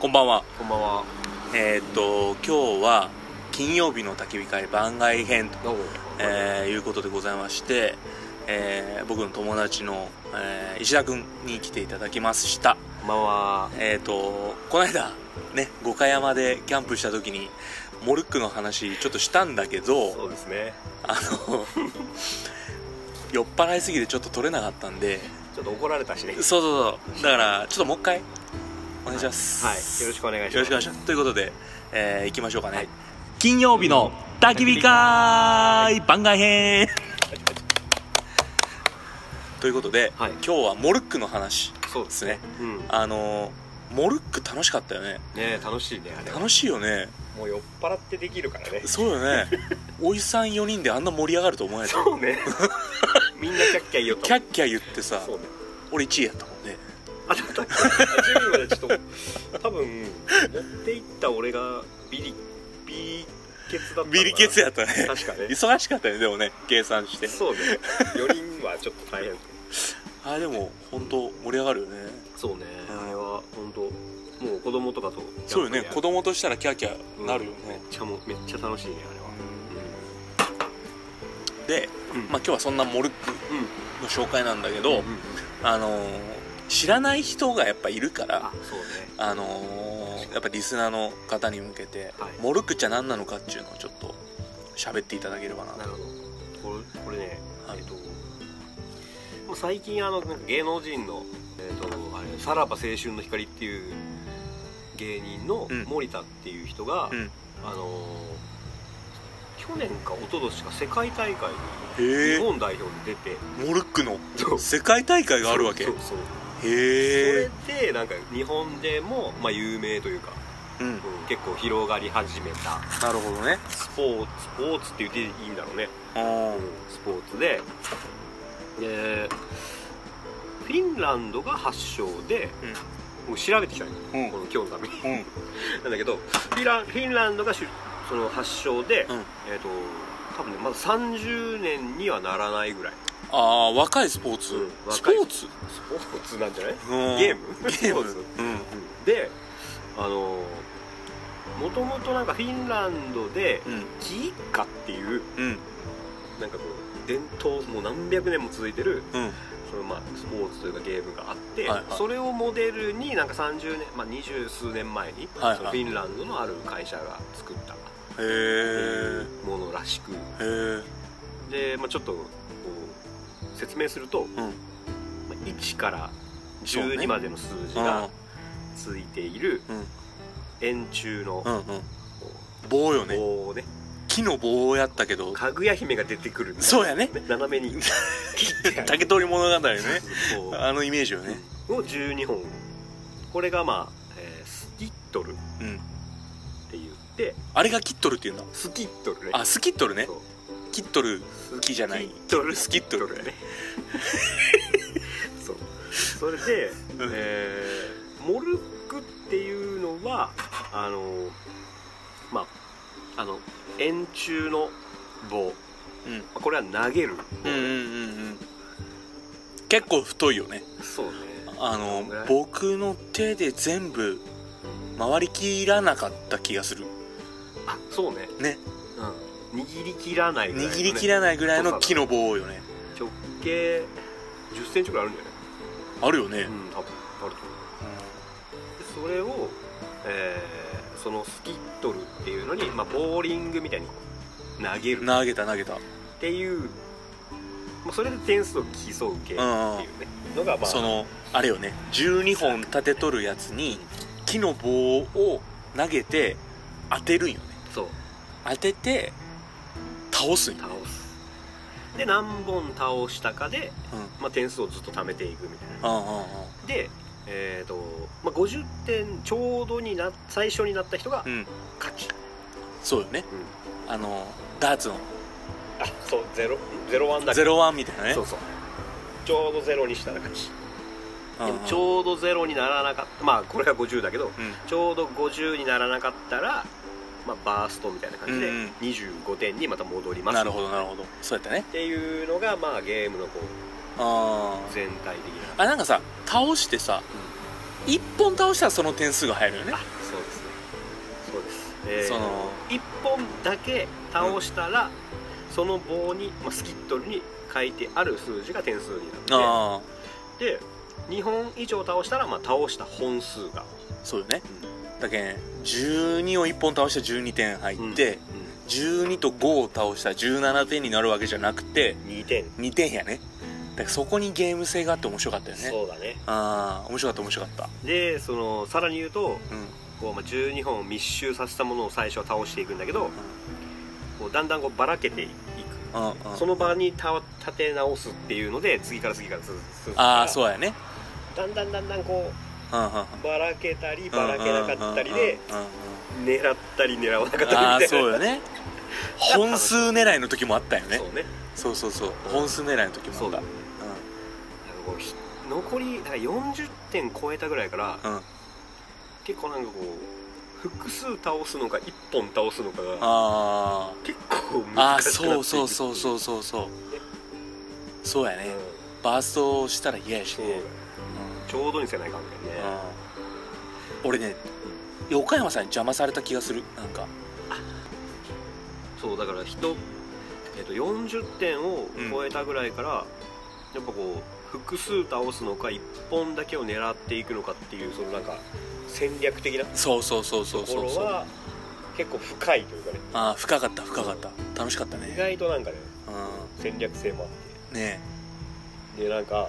こんばんは。こんばんは。えーっと、今日は金曜日の焚き火会番外編と、どうも。えーいうことでございまして、えー僕の友達の、えー石田くんに来ていただきました。こんばんは。えーっと、この間、ね、五箇山でキャンプした時に、モルックの話ちょっとしたんだけど、うですね。あの、 酔っ払いすぎてちょっと取れなかったんで、ちょっと怒られたしね。そうそうそう。だから、ちょっともう一回、お願いします。はい。よろしくお願いしよまろしくす。お願いします。ということで、えー、行きましょうかね。はい金曜日の焚き火会番外編ということで、はい今日はモルックの話そうでですすね。うん。ねあのー、モルック楽しかったよね。え楽しいね、あれ。楽しいよね。もう酔っ払ってできるからね。そうよね。おじさん4人であんな盛り上がると思えない。そう ね。みんなキャッキャ言おうと。キャッキャ言ってさ、そうね。俺1位やったもんね。あ、ちょっと待って、順位までちょっと、多分、持っていった俺がビリ、ビリケツだったのかビな。リケツやったね。確かね。忙しかったよね、でもね、計算して。そうね。4人はちょっと大変。あ、でも、本当盛り上がるよね。そうね。あれは、本当もう子供とかと。そうよね、子供としたらキャーキャーなるようんめっね。ちゃもめっちゃ楽しいねあれはで、うんまあ、今日はそんなモルックの紹介なんだけど、うんうんあのー知らない人がやっぱいるからあ、そうねあのーやっぱリスナーの方に向けて、はいモルックっちゃ何なのかっていうのをちょっと喋っていただければななとるほどこれこれねはいえっともう最近あのなんか芸能人のえっとあれさらば青春の光っていう芸人のうん森田っていう人が、うんあのー去年か一昨年か世界大会にへえ日本代表に出て、モルックのそう世界大会があるわけへそうそうえそれでなんか日本でも、まあ、有名というか、うんうん結構広がり始めたなるほどねスポーツスポーツって言っていいんだろうね、あスポーツででフィンランドが発祥で、もう調べてきたのよ、うんうんこの今日のためにうんなんだけどフィランフィンランドが主その発祥で、うんえっ、と多分ねまだ30年にはならないぐらいああ若いスポーツ、うんスポ若いーツスポーツなんじゃないゲゲームゲームスポーツうんであのもともとなんかフィンランドでうん木一家っていううんなんかこう伝統もう何百年も続いてるうんそのまあスポーツというかゲームがあって、はいはいそれをモデルになんか30年まあ二十数年前に、はいはいそのフィンランドのある会社が作ったへえものらしくへえで、まあ、ちょっとこう説明すると、うんまあ、1からそうね12までの数字がついているうんうん円柱のうんうんこ棒ようね棒をね木の棒やったけどかぐや姫が出てくるみたいなそうやね斜めに切 ってある竹取物語ねそうそうあのイメージよねを12本これがまあ、えースキットルってうん言ってあれがキットルっていうんだスキットルねあスキットルねそうキットルス木じゃないキットルスキットルね そうそれで、うんえーモルックっていうのはあのまああの円柱の棒うんこれは投げる棒、うんうんうんうん結構太いよねそうねあのこぐらい僕の手で全部回りきらなかった気がするあそうねねうん握りきらないぐらいのね握りきらないぐらいの木の棒よね直径1 0ンチぐらいあるんじゃないあるよねうん多分あると思うでそれを、えーそのスキットルっていうのに、まあ、ボーリングみたいに投げるっ投げた投げたていう、まあ、それで点数を競う系っていうね、うんうんのがまあそのあれよね12本立てとるやつに木の棒を投げて当てるんよねそう当てて倒すんよ倒すで何本倒したかで、うまあ、点数をずっと貯めていくみたいんなうんうんうんでえーとまあ、50点ちょうどにな最初になった人がうん勝ち、そうよねうんあのダーツのあそうゼロゼロワンだゼロワンみたいなねそうそうちょうどゼロにしたら勝ちうんでうんもちょうどゼロにならなかったまあこれが50だけどうんちょうど50にならなかったら、まあ、バーストみたいな感じでうんうん25点にまた戻りますなるほどなるほどそうやったねっていうのがまあゲームのこうあ全体的あなあなんかさ倒してさ1本倒したらその点数が入るよねあそうですねそうです、えーその1本だけ倒したら、その棒に、まあ、スキットルに書いてある数字が点数になっああてで2本以上倒したら、まあ、倒した本数が、そうよねだけん12を1本倒したら12点入って、12と5を倒したら17点になるわけじゃなくて2点、 2点やねだからそこにゲーム性があって面白かったよねそうだねああ面白かった面白かったでそのさらに言ううとんこう、まあ、12本を密集させたものを最初は倒していくんだけどこうだんだんこうばらけていくうんうんその場にた立て直すっていうので次から次から続くああそううやねだんだんだんだんこうんうんうんうばらけたりばらけなかったりでうんうんうん狙ったり狙わなかったりみたいなああそうよね本数狙いの時もあったよねそうねそうそうそう本数狙いの時もあったなんかこうひ残りなんか40点超えたぐらいから、うんうん結構なんかこう複数倒すのか1本倒すのかがあ結構ああ難あしくそなっていくうそうそうそううそうそうそうやんねバーストしたら嫌やしそうねちょうどにせない関係うんね俺ね横山さんに邪魔された気がするなんかそうだから人、えっと40点を超えたぐらいから、やっぱこう複数倒すのか1本だけを狙っていくのかっていうそのなんか戦略的なそうそうそうそとうこそうろそうは結構深いというかねああ深かった深かった楽しかった意ね外となんかねう戦略性もあっんねてでなんか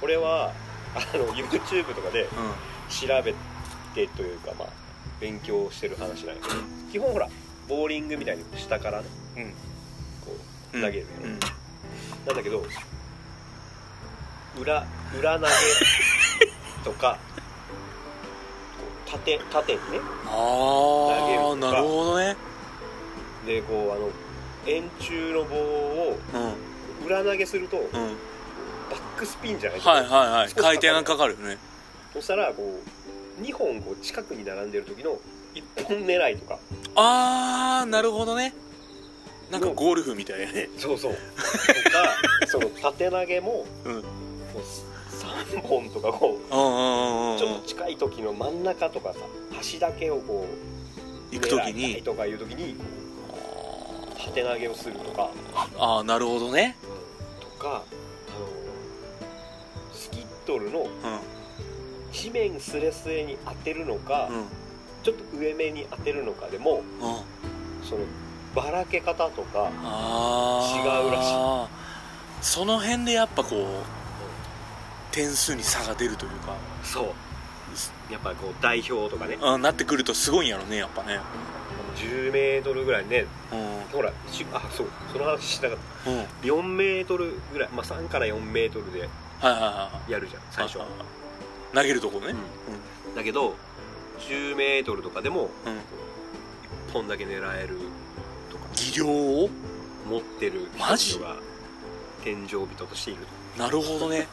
これはあの YouTube とかでえうん調べてというかまあ勉強してる話なんやけど基本ほらボーリングみたいに下からね、うんこううん投げるよね、うんなんだけど裏裏投げとかこう縦縦にねあ投あげるとなかるほどねでこうあの円柱の棒をうん裏投げするとバうんックスピンじゃないですか、はいはいはい少しかか回る転がかかるよねそしたらこう2本こう近くに並んでる時の1本狙いとかああなるほどねなんかゴルフみたいやねそうそう とかその縦投げもうんこう3本とかこううんうんうんうんちょっと近い時の真ん中とかさ端だけをこう行く時狙いたいにとかいう時にこう縦投げをするとか、ああなるほどねとかあのスキットルのうん地面すれすれに当てるのか、うんちょっと上目に当てるのかでもうんそのばらけ方とかああ違うらしいその辺でやっぱこう点数に差が出るというかそうやっぱこう代表とかねあーなってくるとすごいんやろねやっぱね10メートルぐらいねうほらしあそうその話しなかっんうんはいた4メートルぐらい、まあ、3から4メートルではいはいはいやるじゃん最初は、あ投げるとこねうんだけど10メートルとかでもうん1本だけ狙えるとか技量を持ってるマジ人々が天井人としているなるほど ね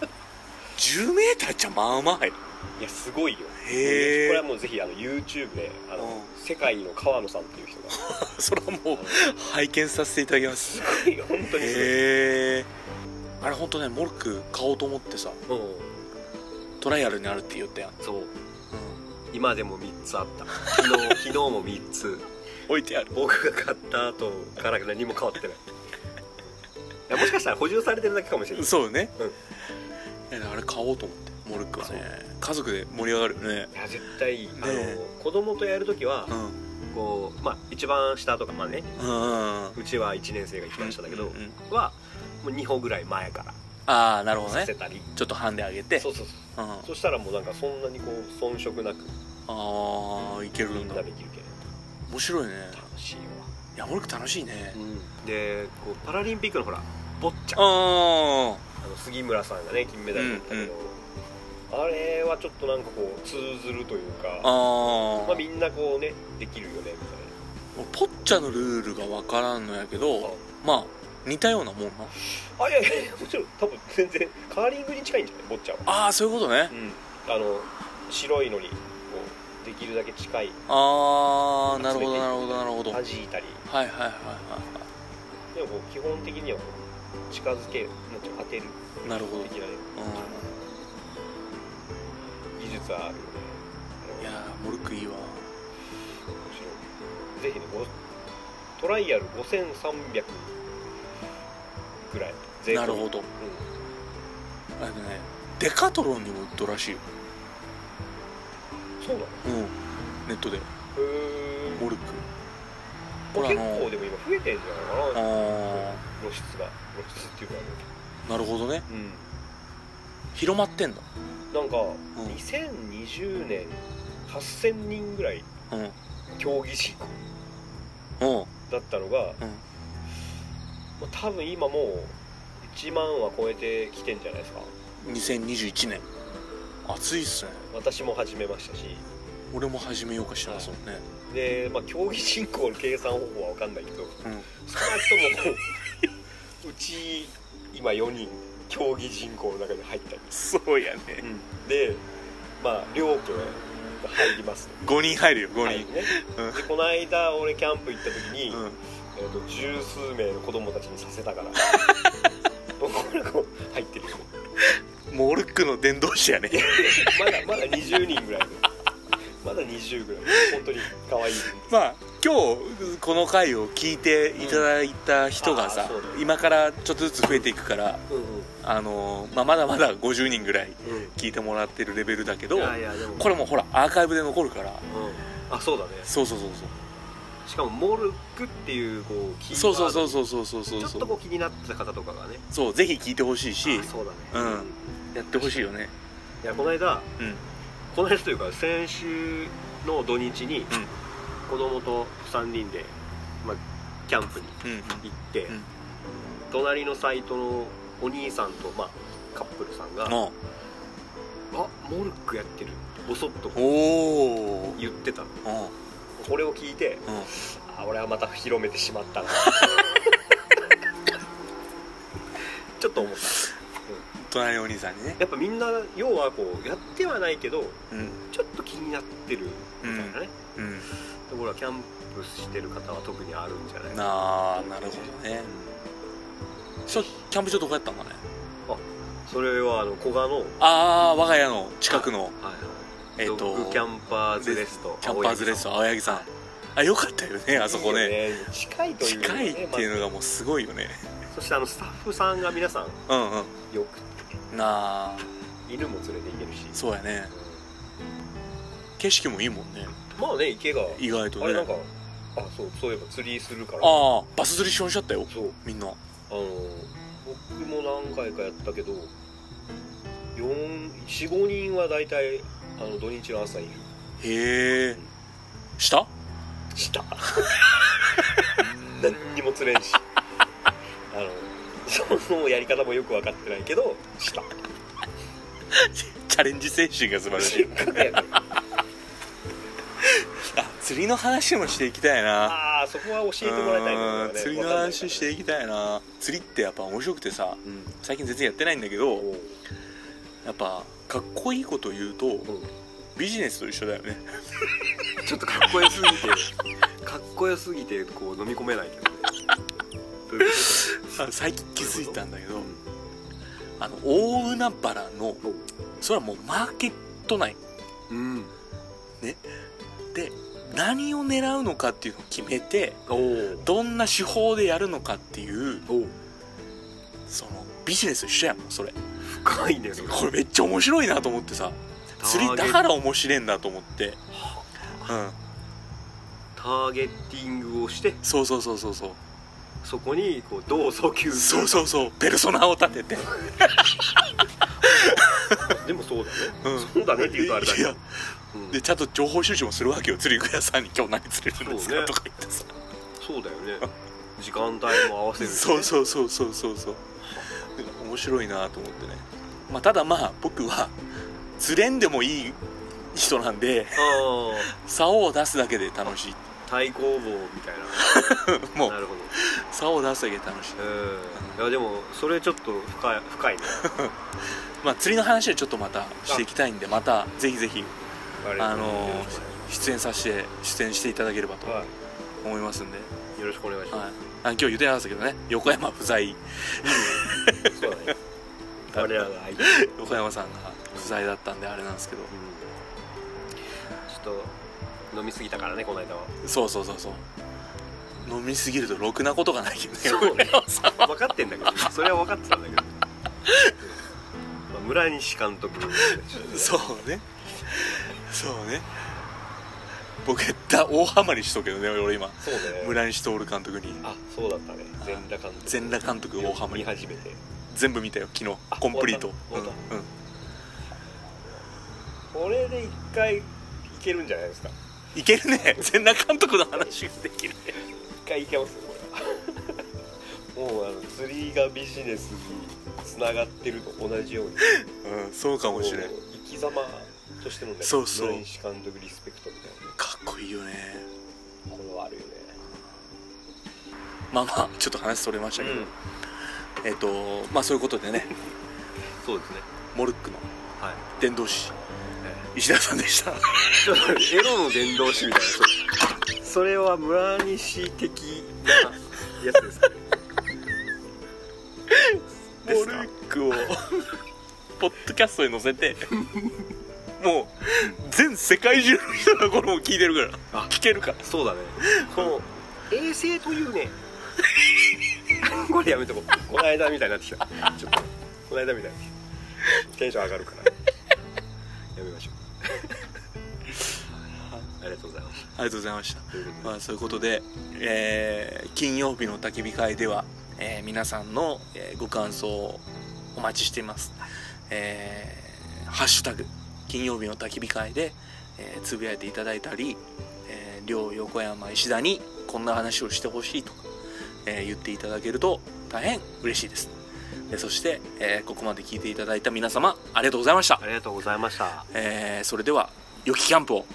10メーターじゃまあまあやいやすごいよへこれえはもうぜひあの YouTube であの、う世界の川野さんっていう人がそれはもうあの拝見させていただきますすごいよ本当にすへえあれ本当ねモルック買おうと思ってさごい、うんトライアルにあるって言ったやん、そう今でも3つあった 昨日昨日も3つ置いてある僕が買った後から何も変わってないいやもしかしたら補充されてるだけかもしれないそうね、うんいやあれ買おうと思ってモルックはね家族で盛り上がるよねいや絶対、あえの子供とやるときは、うんこうまあ一番下とかまあねうんうんうちは1年生が一番下だけど、うんうんはもう2歩ぐらい前からああなるほどさねせたり、ちょっとハンデあげてそうそうそううん、あそしたらもうなんかそんなにこう遜色なくあいけるみんんだなできるけど面白いね楽しいわ、いやモルック楽しいねでこうパラリンピックのほらボッチャうあんの杉村さんがね金メダルだったけど、あれはちょっとなんかこう通ずるというかあまあ、みんなこうねできるよねみポッチャのルールが分からんのやけたいなどまあ似たようなもんなあいやいやいやもちろん多分全然カーリングに近いんじゃないボッチャは、ああそういうことねあの白いのにこうできるだけ近いああなるほどなるほどなるほどは弾いいたりはいはいはいはでもこう基本的にはこう近づけなんていうの当てるいなるほど、うん的なね技術さあるよねいやーモルックいいわ面白いぜひねごトライアル5300ぐらい税込みなるほどうあのねデカトロンにも売っとらしいよんそうなのうんネットでへモルックーほらあ結の構でも今増えてんじゃないかあなあ露出が露出っていうかなるほどねあのうん広まってんだなんか、ん2020年8000人ぐらいうん競技人口うんだったのが、うんまあ多分今もう1万は超えてきてんじゃないですか2021年暑いっすね私も始めましたし俺も始めようかしてますもんねで、まあ、競技人口の計算方法は分かんないけどうん少なくともこ ううち今4人競技人口の中に入ったり、そうやねでまあ両家が入ります5人入るよはい5ね人、うんでこの間俺キャンプ行った時に、うんえー、と十数名の子供たちにさせ たからこれこう入ってるよモルックの伝道師やねまだまだ20人ぐらいでまだ20ぐらい本当に可愛い まあ今日この回を聞いていただいた人がうんあさーそうだよ、今からちょっとずつ増えていくからうんあのーまあ、まだまだ50人ぐらいうんうん聞いてもらってるレベルだけどいやいやでもこれもほらアーカイブで残るからうんあそうだねそうそうそうしかもモルックっていうこうキーそうそうワードそうそうそうそうそうそうちょそっとうこう気になってた方とかがねそうぜひ聞いてほしいしあそうだねうんやってほしいよねいやこの間うんこの間というか先週の土日に、子供と3人で、まあ、キャンプにうんうん行って、うん隣のサイトのお兄さんと、まあ、カップルさんが「ああモルックやってる」ってボソッとおお言ってたのうんうんこれを聞いてあ俺はまた広めてしまっ たなちょっと思った隣のお兄さんにねやっぱみんな要はこうやってはないけどうんちょっと気になってるみたいなね、うんところはキャンプしてる方は特にあるんじゃないかななあなるほどねそうキャンプ場どこやったんだねそれはあの古賀の、はいああ我が家の近くのえっドとッグキャンパーズレストキャンパーズレスト青柳さんあよかったよねあそこねいいよ近いというか近ねいっていうのがもうすごいよねまあそしてあのスタッフさんが皆さんうんうんよくなあて犬も連れて行けるしそうやね景色もいいもんねまあね池が意外とあれなんねかあそうそういえば釣りするからああバス釣りしようにしちゃったよそうみんなあの僕も何回かやったけど45人は大体あの土日の朝いるへえしたした何にも釣れんし あのそのやり方もよく分かってないけどしたチャレンジ精神が素晴らし せいっかくやからあ釣りの話もしていきたいなああそこは教えてもらいたいんだようんね釣りの話していきたいな釣りってやっぱ面白くてさうん最近全然やってないんだけおどうやっぱかっこいいこと言うとビジネスと一緒だよね ちょっとかっこよすぎてかっこよすぎてこう飲み込めないけどねどういうあ最近気づいたんだけどこあの大海原のとそれはもうマーケット内うんで何を狙うのかっていうのを決めておうどんな手法でやるのかっていうおうそのビジネスと一緒やもんそれ深いねそれこれめっちゃ面白いなと思ってさ釣りだから面白いんだと思ってうんターゲッティングをしてそうそうそうそうそうそこにこうどう訴求すそるうそうそうペルソナを立ててでもそうだね、うんそうだねって言うとあれだけどいや、でちゃんと情報収集もするわけよ釣り具屋さんに今日何釣れるんですそうかねとか言ってさそうだよね時間帯も合わせるしねそうそうそうそうそうそう面白いなと思ってねまあただまあ僕は釣れんでもいい人なんであ竿を出すだけで楽しいあ対抗棒みたいもななうるほど竿を出すだけで楽しいうんいやでもそれちょっと深い深いねまあ釣りの話はちょっとまたしていきたいんでまたぜひぜひあれあのー出演させて出演していただければとは思いますんで、いよろしくお願いしはいま、あ今日言ってなかったけどね横山不在す、そうだね我らが相手、横山さんが不在だったんであれなんですけどちょっと飲みすぎたからねこの間はそうそうそうそう飲みすぎるとろくなことがないけどねそうね横山さん分かってんだけど それは分かってたんだけど、うんまあ、村西監督のねちょっとねそうねそうね僕だ大ハマりしとくけどね俺今そうね村西徹監督にあそうだったね全裸監督全裸監督大ハマ見り始めて全部見たよ昨日あコンプリート終わった終うんうわんこれで一回いけるんじゃないですかいけるね全裸監督の話ができるね一回いけますよこれ はもうあの釣りがビジネスにつながってると同じよううにんそうかもしれんこう生き様としてのねそうそう村西監督リスペクトみたいかっこいいよねなこれはあるよねまあまあちょっと話それましたけど、えっ、とまあそういうことでねそうですねモルックのはい、伝道師石田さんでしたちょっと エロの伝道師みたいなそそれは村西的なやつ ですかねですかクをポッドキャストに載せて もう全世界中の人がこれも聞いてるからあ聞けるからそうだねこの衛星というね これやめとこうこの間みたいになってきたちょっとこの間みたいになってきたテンション上がるからやめましょうありがとうございましありがとうございましたたということでまあ、そういうことで、えー金曜日の焚き火会では、えー皆さんの、えーご感想をお待ちしています。えーハッシュタグ、金曜日の焚き火会で、えーつぶやいていただいたり、えー両横山石田にこんな話をしてほしいとか、えー言っていただけると大変嬉しいです。でそして、えーここまで聞いていただいた皆様、ありがとうございましたあ。りがとうございましたえーそれでは、良きキャンプを。